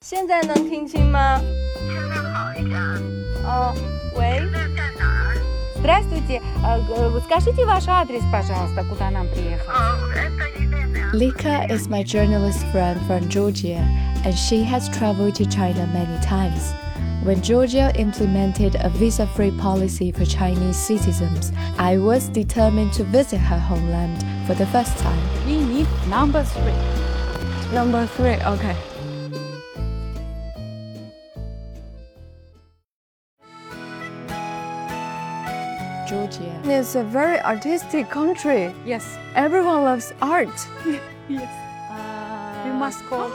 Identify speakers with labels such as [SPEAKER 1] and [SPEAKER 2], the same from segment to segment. [SPEAKER 1] 现在能听清吗？
[SPEAKER 2] 现在好一点儿。
[SPEAKER 1] 哦，喂，
[SPEAKER 2] 那在哪儿？
[SPEAKER 3] Здравствуйте.
[SPEAKER 4] 呃
[SPEAKER 3] А, г- э, Скажите ваш адрес, пожалуйста, куда нам приехать.
[SPEAKER 2] 哦，это Елена.
[SPEAKER 5] Lika is my journalist friend from Georgia, and she has traveled to China many times. When Georgia implemented a visa free policy for Chinese citizens, I was determined to visit her homeland for the first time.
[SPEAKER 3] We need number three.
[SPEAKER 5] Number three, okay.
[SPEAKER 4] And
[SPEAKER 5] Georgia.
[SPEAKER 4] It's a very artistic country.
[SPEAKER 3] Yes.
[SPEAKER 4] Everyone loves art.
[SPEAKER 3] Yes.
[SPEAKER 6] Uh,
[SPEAKER 3] you must go.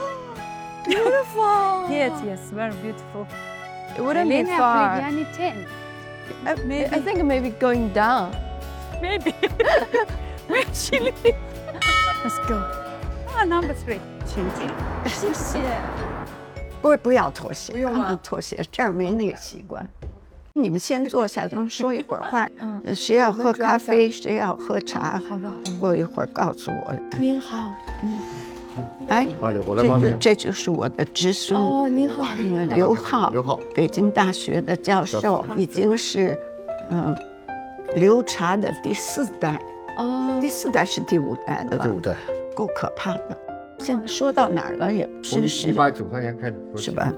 [SPEAKER 4] Beautiful.
[SPEAKER 3] yes, yes, very beautiful.
[SPEAKER 4] It wouldn't be
[SPEAKER 3] Elena
[SPEAKER 4] far.
[SPEAKER 3] Floriani 10.
[SPEAKER 4] I,
[SPEAKER 3] maybe.
[SPEAKER 4] I think maybe going down.
[SPEAKER 3] Maybe. Where she lives.
[SPEAKER 4] Let's go.
[SPEAKER 3] Ah, number three. 请进。
[SPEAKER 7] 不不要妥协，不用、啊妥协，这样没那个习惯。你们先坐下，咱们说一会儿话。 嗯，谁要喝咖啡，谁要喝茶，好的，过一会儿告诉我。
[SPEAKER 4] 您好，
[SPEAKER 7] 嗯哎，
[SPEAKER 8] 哎呀，我来帮
[SPEAKER 7] 这
[SPEAKER 8] 你
[SPEAKER 7] 个。这就是我的直属
[SPEAKER 4] 哦您好
[SPEAKER 7] 嗯刘浩，
[SPEAKER 8] 刘浩
[SPEAKER 7] 北京大学的教授，已经是嗯刘茶的第四代，
[SPEAKER 4] 哦，
[SPEAKER 7] 第四代是第五代的
[SPEAKER 8] 对不
[SPEAKER 7] 了，
[SPEAKER 8] 对？
[SPEAKER 7] 够可怕的。现在说到哪儿了也不
[SPEAKER 8] 我们
[SPEAKER 7] 是
[SPEAKER 8] 一
[SPEAKER 7] 是
[SPEAKER 8] 八九三年开始说起
[SPEAKER 7] 是吧？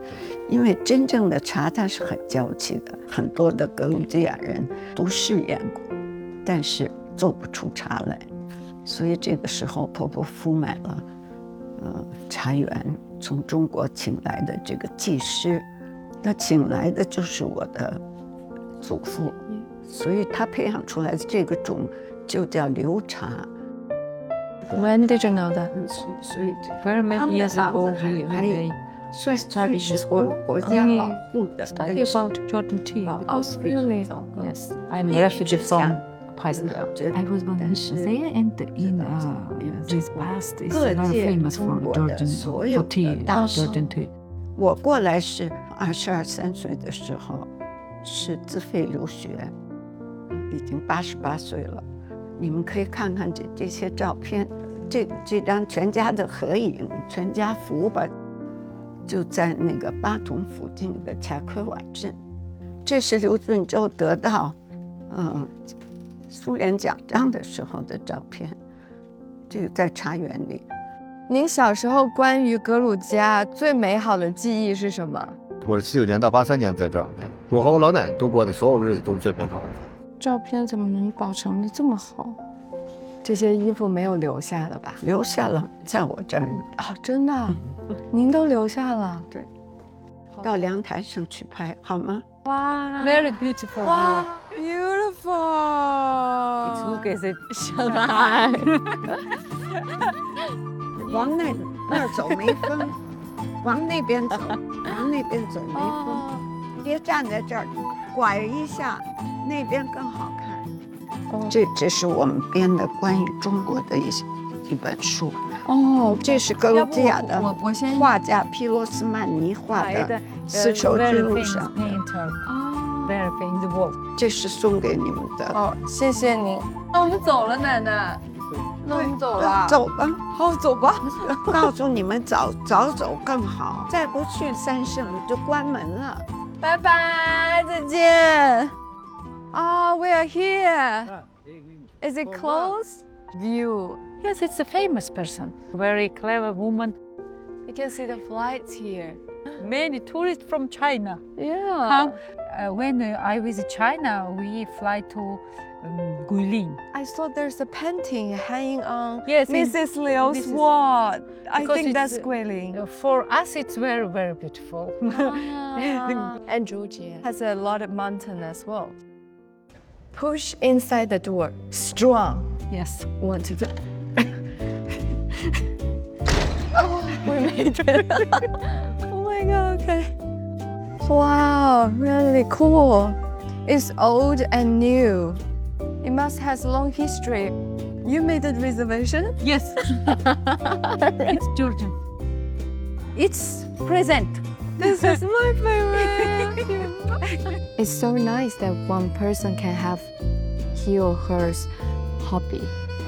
[SPEAKER 7] 因为真正的茶它是很娇气的，很多的格鲁吉亚人都试验过，但是做不出茶来，所以这个时候婆婆夫买了，呃，茶园从中国请来的这个技师，那请来的就是我的祖父，所以他培养出来的这个种就叫流茶。嗯
[SPEAKER 4] When did you know that?
[SPEAKER 7] 所以这
[SPEAKER 6] Very many
[SPEAKER 7] 他们的
[SPEAKER 6] years
[SPEAKER 7] 房
[SPEAKER 6] ago,
[SPEAKER 7] 子还
[SPEAKER 6] we
[SPEAKER 7] 还
[SPEAKER 6] had a
[SPEAKER 7] 算算是国国家啊保护的，
[SPEAKER 6] study about Jordan tea.
[SPEAKER 4] Oh, really?
[SPEAKER 6] Yes, I'm a refugee from Pakistan.
[SPEAKER 7] I was born in Shenzhen
[SPEAKER 6] and
[SPEAKER 7] in, uh, this
[SPEAKER 6] past is
[SPEAKER 7] very famous for Jordan- for tea, Jordan
[SPEAKER 6] tea.
[SPEAKER 7] 我过来是二十二三岁的时候，是自费留学，已经八十八岁了。你们可以看看这这些照片，这这张全家的合影，全家福吧，就在那个巴统附近的柴奎瓦镇。这是刘俊洲得到，嗯，苏联奖章的时候的照片，这个在茶园里。
[SPEAKER 4] 您小时候关于格鲁吉亚最美好的记忆是什么？
[SPEAKER 8] 我是七九年到八三年在这儿，我和我老奶奶度过的所有日子都是最美好的。
[SPEAKER 4] 照片怎么能保存的这么好？这些衣服没有留下的吧？
[SPEAKER 7] 留下了，在我这儿
[SPEAKER 4] 啊，真的啊，您都留下了。
[SPEAKER 7] 到阳台上去拍好吗？
[SPEAKER 4] 哇
[SPEAKER 6] Very beautiful.
[SPEAKER 4] 哇，beautiful！
[SPEAKER 6] Look at it.
[SPEAKER 7] 往那那儿走没风，往那边走，往那边走没风，
[SPEAKER 4] 哦
[SPEAKER 7] 别站在这儿，拐一下，那边更好看。
[SPEAKER 4] 哦
[SPEAKER 7] 这这是我们编的关于中国的一些一本书，
[SPEAKER 4] 哦，
[SPEAKER 7] 这是格鲁吉亚
[SPEAKER 4] 要不
[SPEAKER 7] 的
[SPEAKER 4] 我我先
[SPEAKER 7] 画家皮洛斯曼尼画
[SPEAKER 6] 来的
[SPEAKER 7] 的。丝绸之
[SPEAKER 6] Very
[SPEAKER 7] 路
[SPEAKER 6] famous
[SPEAKER 4] 呃
[SPEAKER 7] 上，嗯
[SPEAKER 6] painter. Ah.
[SPEAKER 4] 哦
[SPEAKER 6] Very famous work.
[SPEAKER 7] 这是送给你们的。
[SPEAKER 4] 哦，谢谢您。那我们走了，奶奶。那我们走了，
[SPEAKER 7] 走吧，
[SPEAKER 4] 好走吧。
[SPEAKER 7] 告诉你们早早走更好，再不去三圣就关门了。
[SPEAKER 4] 拜拜，再见。啊、w e are here. Is it closed? View.
[SPEAKER 6] Yes, it's a famous person. Very clever woman.
[SPEAKER 4] You can see the flights here.
[SPEAKER 6] Many tourists from China.
[SPEAKER 4] Yeah.
[SPEAKER 6] Huh? Uh, when uh, I visit China, we fly to um, Guilin.
[SPEAKER 4] I saw there's a painting hanging on
[SPEAKER 6] Yes, in-
[SPEAKER 4] Mrs. Liu's
[SPEAKER 6] Mrs.
[SPEAKER 4] wall. I
[SPEAKER 6] Because
[SPEAKER 4] think that's
[SPEAKER 6] it's-
[SPEAKER 4] Guilin.
[SPEAKER 6] Uh, For us, it's very, very beautiful.
[SPEAKER 4] uh,
[SPEAKER 5] And Georgia.
[SPEAKER 4] Has a lot of mountain as well. Push inside the door. Strong.
[SPEAKER 6] yes.
[SPEAKER 5] Want to
[SPEAKER 4] We made it. oh my god, okay. Wow, really cool. It's old and new. It must has long history. You made a reservation?
[SPEAKER 6] Yes. it's Georgian. It's present.
[SPEAKER 4] This is my favorite.
[SPEAKER 5] It's so nice that one person can have he or her hobby.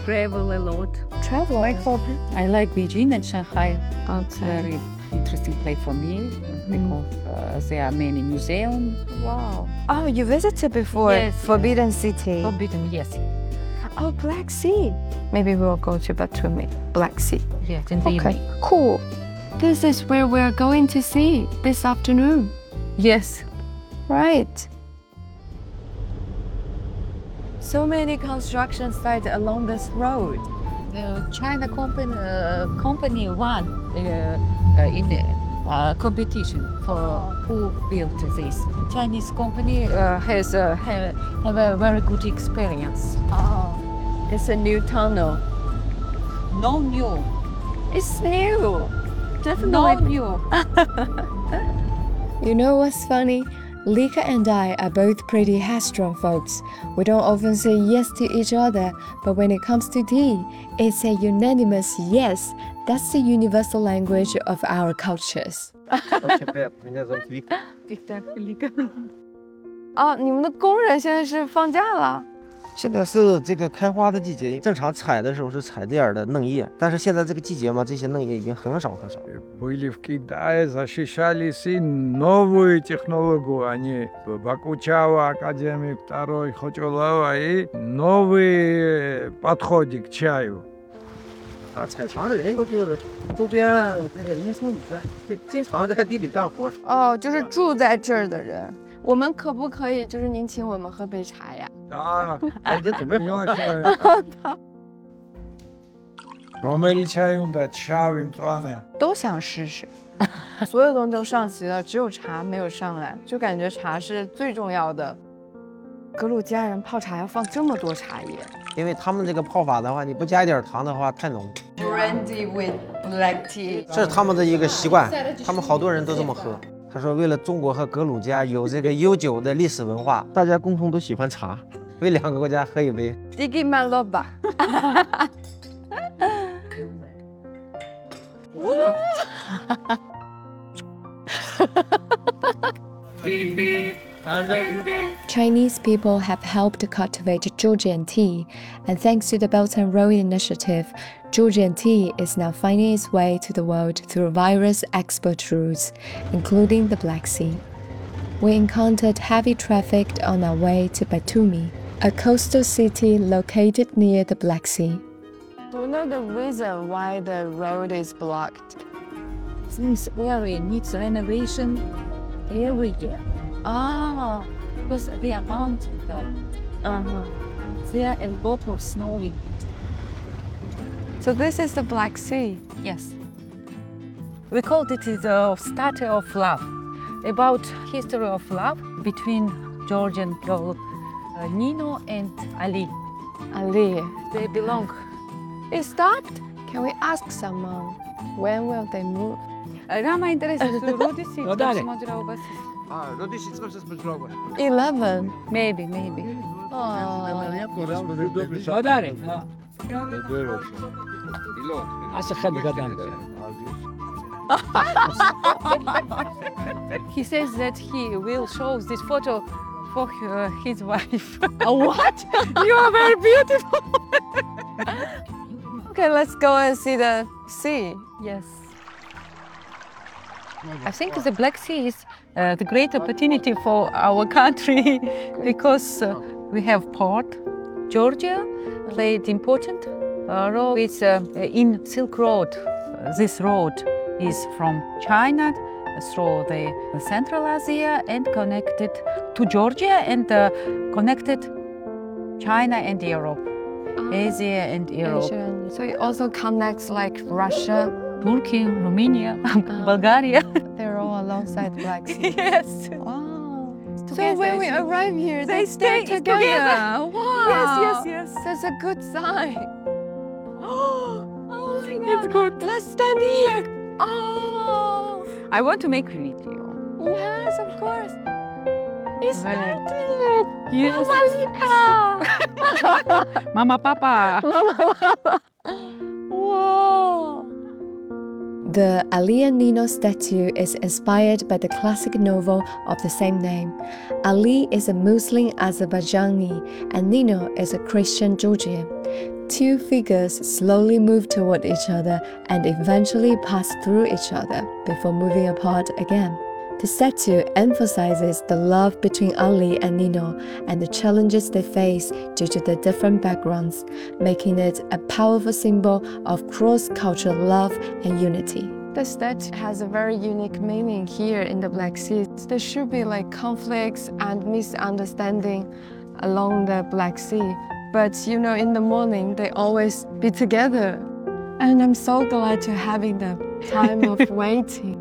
[SPEAKER 6] Travel a lot.
[SPEAKER 5] Travel.
[SPEAKER 6] I like Beijing and Shanghai. It's
[SPEAKER 5] Okay.
[SPEAKER 6] very interesting place for me uh, because uh, there are many museums.
[SPEAKER 4] Wow. Oh, you visited before
[SPEAKER 6] Yes,
[SPEAKER 4] Forbidden City.
[SPEAKER 6] Forbidden, yes.
[SPEAKER 4] Oh, Black Sea. Maybe we'll go to Batumi, Black Sea.
[SPEAKER 6] Yes, in the
[SPEAKER 4] Okay,
[SPEAKER 6] evening.
[SPEAKER 4] cool. This is where we're going to see this afternoon,
[SPEAKER 6] Yes.
[SPEAKER 4] right? So many construction sites along this road.
[SPEAKER 6] The China company, uh, company won uh, uh, in uh, competition for who built this. Chinese company uh, has uh, have, have a very good experience.
[SPEAKER 4] Oh, It's a new tunnel.
[SPEAKER 6] No new,
[SPEAKER 4] It's new. Definitely.
[SPEAKER 6] no new.
[SPEAKER 5] You know what's funny? Lika and I are both pretty headstrong folks. We don't often say yes to each other, but when it comes to tea, it's a unanimous yes. That's the universal language of our cultures.
[SPEAKER 8] 前面人家怎么离开？
[SPEAKER 4] 哦，你们的工人现在是放假了。
[SPEAKER 9] 现在是这个开花的季节，正常采的时候是采这样的嫩叶，但是现在这个季节嘛，这些嫩叶已经很少很少了。
[SPEAKER 10] были в Китае, защищались и новую технологию. Они в Бакучава, Академии второй, Хочулова и новые подходы к чаю.
[SPEAKER 9] 啊，采茶的人都是周边那个农村女的，这经常在地里干活。
[SPEAKER 4] 哦，就是住在这儿的人。我们可不可以，就是您请我们喝杯茶呀？
[SPEAKER 10] Да,
[SPEAKER 9] 哎，已经准备好了。
[SPEAKER 10] мелкая. Ромели чай унда, чау им плана.
[SPEAKER 4] 都想试试。 所有东西都上齐了，只有茶没有上来，就感觉茶是最重要的。格鲁吉亚人泡茶要放这么多茶叶
[SPEAKER 9] 因为他们这个泡法的话，你不加一点糖的话太浓，
[SPEAKER 4] ，Brandy with black tea。
[SPEAKER 9] 这是他们的一个习惯，他们好多人都这么喝。他说，为了中国和格鲁吉亚有这个悠久的历史文化， 大家共同都喜欢茶，为两个国家喝一杯。
[SPEAKER 4] Digi maloba。
[SPEAKER 5] Chinese people have helped cultivate Georgian tea, and thanks to the Belt and Road Initiative, Georgian tea is now finding its way to the world through various export routes, including the Black Sea. We encountered heavy traffic on our way to Batumi, a coastal city located near the Black Sea.
[SPEAKER 4] Do you know the reason why the road is blocked?
[SPEAKER 6] This area needs renovation every year.
[SPEAKER 4] Ah,
[SPEAKER 6] Because they are mountain though. Uh-huh. There are a lot of snowy.
[SPEAKER 4] so this is the Black Sea.
[SPEAKER 6] Yes. We called it the study of love, about history of love between Georgian girl uh, Nino and Ali.
[SPEAKER 4] Ali,
[SPEAKER 6] They belong.
[SPEAKER 4] it stopped. Can we ask someone when will they move?
[SPEAKER 3] Рама интересно, роди си,
[SPEAKER 9] No, dale.
[SPEAKER 3] смотря оба си.
[SPEAKER 9] 啊，那这是这是不知道吧？
[SPEAKER 4] Eleven.
[SPEAKER 6] Maybe, maybe.
[SPEAKER 4] Oh,
[SPEAKER 6] He says that he will show this photo for her, his wife.
[SPEAKER 4] okay. Let's go and see the sea.
[SPEAKER 6] yes. I think the Black Sea is uh, the great opportunity for our country because uh, we have port. Georgia played important uh, role. It's uh, in Silk Road. This road is from China through the Central Asia and connected to Georgia and uh, connected China and Europe, Asia and Europe.
[SPEAKER 4] Asian. So it also connects like Russia.
[SPEAKER 6] Turkey, Romania, Bulgaria.
[SPEAKER 4] They're all alongside Black Sea.
[SPEAKER 6] yes.
[SPEAKER 4] wow. So
[SPEAKER 6] Together,
[SPEAKER 4] when we
[SPEAKER 6] isn't it?
[SPEAKER 4] arrive here, they,
[SPEAKER 6] They
[SPEAKER 4] stay,
[SPEAKER 6] stay
[SPEAKER 4] together.
[SPEAKER 6] together.
[SPEAKER 4] Wow.
[SPEAKER 6] Yes, yes, yes.
[SPEAKER 4] That's a good sign. oh my God. It's good. Let's stand here. Oh.
[SPEAKER 6] I want to make video.
[SPEAKER 4] Yes, of course. It's
[SPEAKER 6] Very-
[SPEAKER 4] started.
[SPEAKER 6] Yes. Mama, Papa.
[SPEAKER 4] Whoa.
[SPEAKER 5] The Ali and Nino statue is inspired by the classic novel of the same name. Ali is a Muslim Azerbaijani and Nino is a Christian Georgian. two figures slowly move toward each other and eventually pass through each other before moving apart again. The statue emphasizes the love between Ali and Nino and the challenges they face due to their different backgrounds, making it a powerful symbol of cross cultural love and unity.
[SPEAKER 4] The statue has a very unique meaning here in the Black Sea. There should be like conflicts and misunderstanding along the Black Sea. But you know, in the morning, they always be together. And I'm so glad to having the time of waiting.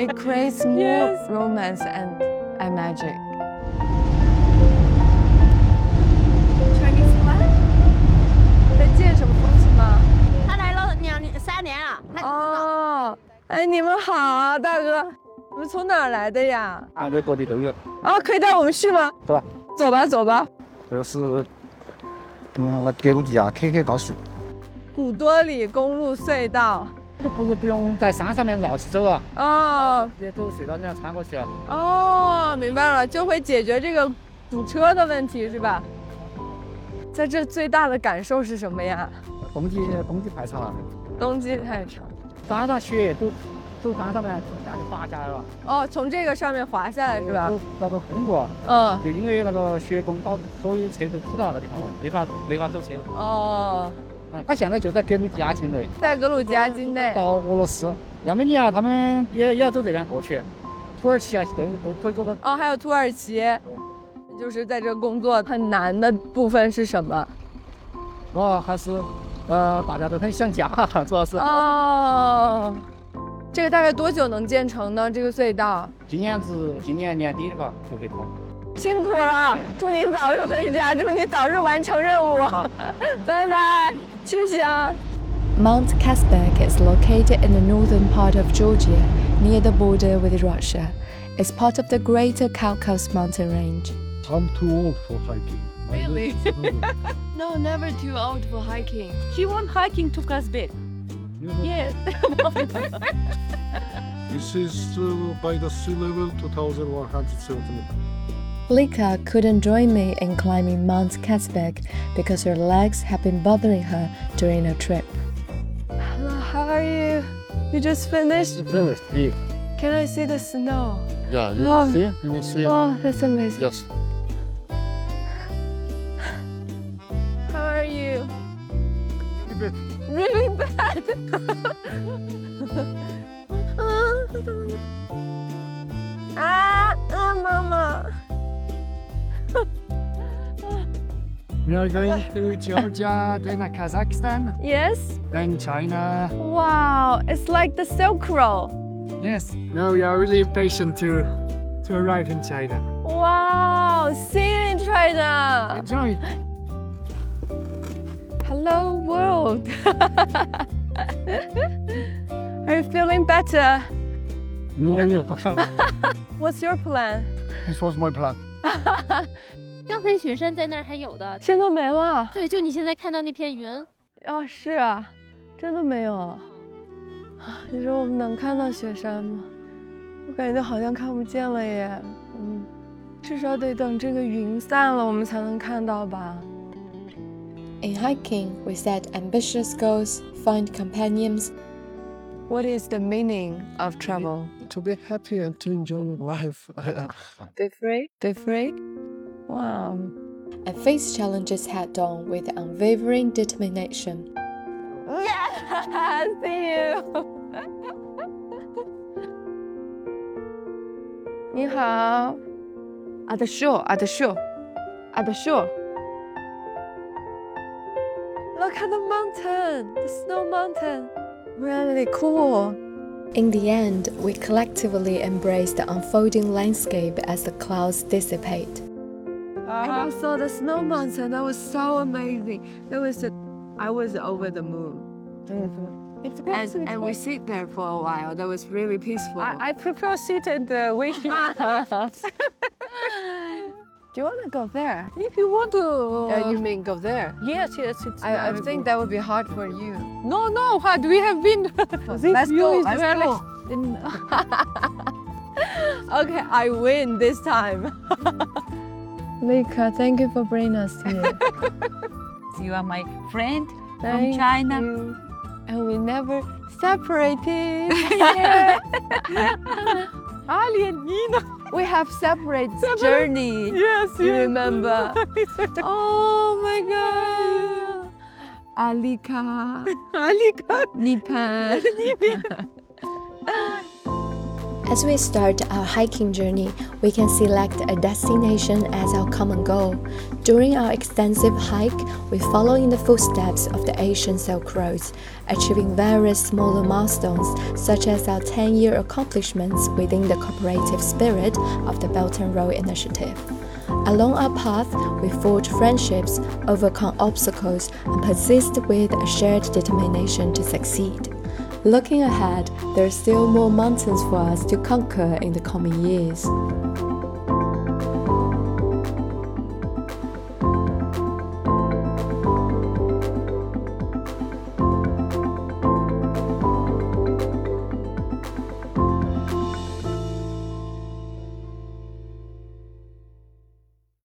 [SPEAKER 4] It creates more romance and, and magic.
[SPEAKER 1] Chinese
[SPEAKER 4] Oh.
[SPEAKER 1] flag，在建什么东西吗？
[SPEAKER 2] 他来了两年三年了，他
[SPEAKER 4] 哦，哎，你们好啊，大哥，你们从哪儿来的呀？
[SPEAKER 9] 安徽各地都有，
[SPEAKER 4] 啊，可以带我们去吗？
[SPEAKER 9] 走吧，
[SPEAKER 4] 走吧，走吧。
[SPEAKER 9] 这是，嗯，我给路地啊，开开高速。
[SPEAKER 4] 古多里公路隧道。
[SPEAKER 11] 这不是不用在山上面绕着走啊，
[SPEAKER 4] 哦
[SPEAKER 11] 直接走隧道那样穿过去啊。
[SPEAKER 4] 哦，明白了，就会解决这个堵车的问题，是吧？在这最大的感受是什么呀？
[SPEAKER 11] 冬季冬季排场啊，
[SPEAKER 4] 冬季太长。
[SPEAKER 11] 山上雪都都山上面从下就滑下来了，
[SPEAKER 4] 哦，从这个上面滑下来是吧？
[SPEAKER 11] 都那个风过，
[SPEAKER 4] 嗯，
[SPEAKER 11] 就因为那个雪崩把所有车都知道了地方，没法没法走车。
[SPEAKER 4] 哦，
[SPEAKER 11] 嗯他现在就在格鲁吉亚境内，
[SPEAKER 4] 在格鲁吉亚境内。
[SPEAKER 11] 到俄罗斯、亚美尼亚他们也也要走这边过去，土耳其啊都都都走到
[SPEAKER 4] 哦，还有土耳其，就是在这工作很难的部分是什么？
[SPEAKER 11] 哦，还是呃大家都很想家， 主要是
[SPEAKER 4] 哦，这个大概多久能建成呢？这个隧道？
[SPEAKER 11] 今年至今年年底吧就会通。
[SPEAKER 4] 辛苦了，祝你早日回家，祝你早日完成任务， 拜拜，谢谢啊。
[SPEAKER 5] Mount Kazbek is located in the northern part of Georgia, near the border with Russia. It's part of the Greater Caucasus mountain range.
[SPEAKER 12] I'm too old for hiking.
[SPEAKER 4] Really? no, never too old for hiking.
[SPEAKER 6] She went hiking to Kazbek. Yes.
[SPEAKER 12] This is uh, by the sea level 2170 meters.
[SPEAKER 5] Lika couldn't join me in climbing Mount Kazbek because her legs had been bothering her during her trip.
[SPEAKER 4] Hello, Uh, how are you? You just finished?
[SPEAKER 12] Finished. Yeah.
[SPEAKER 4] Can I see the snow?
[SPEAKER 12] Yeah.
[SPEAKER 4] you Oh. see?
[SPEAKER 12] You will see.
[SPEAKER 4] Oh, that's amazing.
[SPEAKER 12] Yes.
[SPEAKER 4] How are you? Really bad. ah, ah, mama.
[SPEAKER 11] We are going to Georgia, then Kazakhstan,
[SPEAKER 1] Yes.
[SPEAKER 11] then China.
[SPEAKER 1] Wow, it's like the Silk Road.
[SPEAKER 11] Yes. No, we are really impatient to to arrive in China.
[SPEAKER 1] Wow, see in China.
[SPEAKER 11] Enjoy.
[SPEAKER 4] Hello, world. Are you feeling better? What's your plan?
[SPEAKER 12] This was my plan.
[SPEAKER 13] 刚才雪山在那儿还有的，
[SPEAKER 4] 现在没了。
[SPEAKER 13] 对，就你现在看到那片云，
[SPEAKER 4] 哦，是啊，真的没有啊。你说我们能看到雪山吗？我感觉好像看不见了耶。嗯，至少得等这个云散了，我们才能看到吧。
[SPEAKER 5] In hiking, we set ambitious goals, find companions,
[SPEAKER 4] What is the meaning of travel?
[SPEAKER 12] To be happy and to enjoy life.
[SPEAKER 4] Be free. Be free. Wow.
[SPEAKER 5] and face challenges head on with unwavering determination.
[SPEAKER 4] Yeah, see you. 你好，at the show，at the show，at the show。Look at the mountain, the snow mountain. Really cool.
[SPEAKER 5] In the end, we collectively embrace the unfolding landscape as the clouds dissipate.
[SPEAKER 4] I just saw the snow mountain. That was so amazing. That was, a, I was over the moon. It's and, and we sit there for a while. That was really peaceful.
[SPEAKER 6] I prefer seated uh, waiting.
[SPEAKER 4] Do you want to go there? Uh,
[SPEAKER 6] if you want to. uh,
[SPEAKER 4] you mean go there?
[SPEAKER 6] yes, yes. It's
[SPEAKER 4] I, I
[SPEAKER 6] very
[SPEAKER 4] think
[SPEAKER 6] good.
[SPEAKER 4] that would be hard for you.
[SPEAKER 6] No, no, what we have been. this
[SPEAKER 4] Let's
[SPEAKER 6] view
[SPEAKER 4] go,
[SPEAKER 6] is
[SPEAKER 4] let's
[SPEAKER 6] very.
[SPEAKER 4] go.
[SPEAKER 6] In,
[SPEAKER 4] Okay, I win this time. Lika, thank you for bringing us here.
[SPEAKER 6] you are my friend,
[SPEAKER 4] Thank
[SPEAKER 6] China.
[SPEAKER 4] you. And we never separated. Ali and Nina. We have separate journey.
[SPEAKER 6] Yes,
[SPEAKER 4] You
[SPEAKER 6] yes.
[SPEAKER 4] remember? oh my god. Alika. Alika. Nipan.
[SPEAKER 5] As we start our hiking journey, we can select a destination as our common goal. During our extensive hike, we follow in the footsteps of the Asian Silk Roads, achieving various smaller milestones such as our 10 year accomplishments within the cooperative spirit of the Belt and Road Initiative. Along our path, we forge friendships, overcome obstacles, and persist with a shared determination to succeed. Looking ahead, there are still more mountains for us to conquer in the coming years.